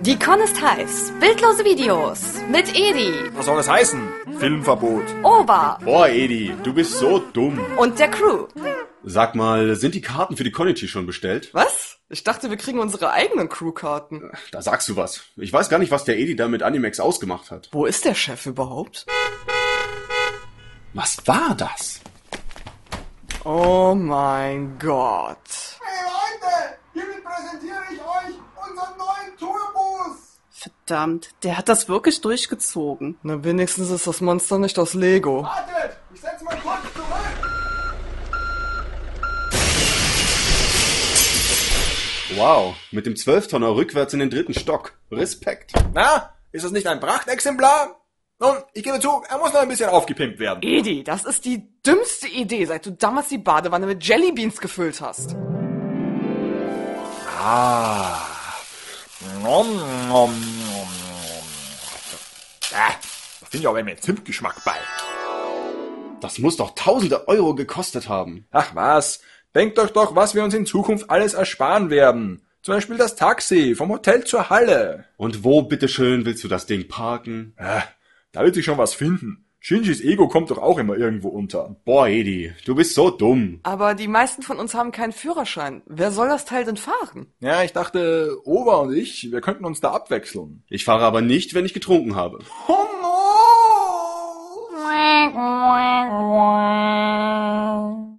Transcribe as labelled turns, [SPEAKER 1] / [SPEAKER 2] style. [SPEAKER 1] Die Con ist heiß. Bildlose Videos. Mit Edi,
[SPEAKER 2] Was soll das heißen? Filmverbot.
[SPEAKER 1] Oba
[SPEAKER 3] Boah, Edi, du bist so dumm.
[SPEAKER 1] und der Crew.
[SPEAKER 3] Sag mal, sind die Karten für die Conity schon bestellt?
[SPEAKER 4] Was? Ich dachte, wir kriegen unsere eigenen Crewkarten.
[SPEAKER 3] Da sagst du was. Ich weiß gar nicht, was der Edi da mit Animex ausgemacht hat.
[SPEAKER 4] Wo ist der Chef überhaupt?
[SPEAKER 3] Was war das?
[SPEAKER 4] Oh mein Gott.
[SPEAKER 5] Hey Leute, Äh, hiermit präsentiere ich euch unseren neuen Tourbus.
[SPEAKER 6] Verdammt, der hat das wirklich durchgezogen.
[SPEAKER 4] Na, wenigstens ist das Monster nicht aus Lego.
[SPEAKER 5] Wartet, ich setze mal kurz zurück.
[SPEAKER 3] Wow, mit dem 12-Tonner rückwärts in den dritten Stock. Respekt.
[SPEAKER 2] Na, ist das nicht ein Prachtexemplar? Nun, ich gebe zu, er muss noch ein bisschen aufgepimpt werden.
[SPEAKER 4] Edi, das ist die dümmste Idee, seit du damals die Badewanne mit Jellybeans gefüllt hast.
[SPEAKER 2] Ah. Nom, nom, nom. Ah, da finde ich auch immer Zimtgeschmack bei.
[SPEAKER 3] Das muss doch tausende Euro gekostet haben.
[SPEAKER 2] Ach was, denkt euch doch, was wir uns in Zukunft alles ersparen werden. Zum Beispiel das Taxi vom Hotel zur Halle.
[SPEAKER 3] Und wo bitteschön willst du das Ding parken?
[SPEAKER 2] Ah, da wird sich schon was finden. Shinjis Ego kommt doch auch immer irgendwo unter.
[SPEAKER 3] Boah, Edi, du bist so dumm.
[SPEAKER 4] Aber die meisten von uns haben keinen Führerschein. Wer soll das Teil denn fahren?
[SPEAKER 2] Ja, ich dachte, Ober und ich, wir könnten uns da abwechseln.
[SPEAKER 3] Ich fahre aber nicht, wenn ich getrunken habe.
[SPEAKER 2] Oh no!
[SPEAKER 7] Wow.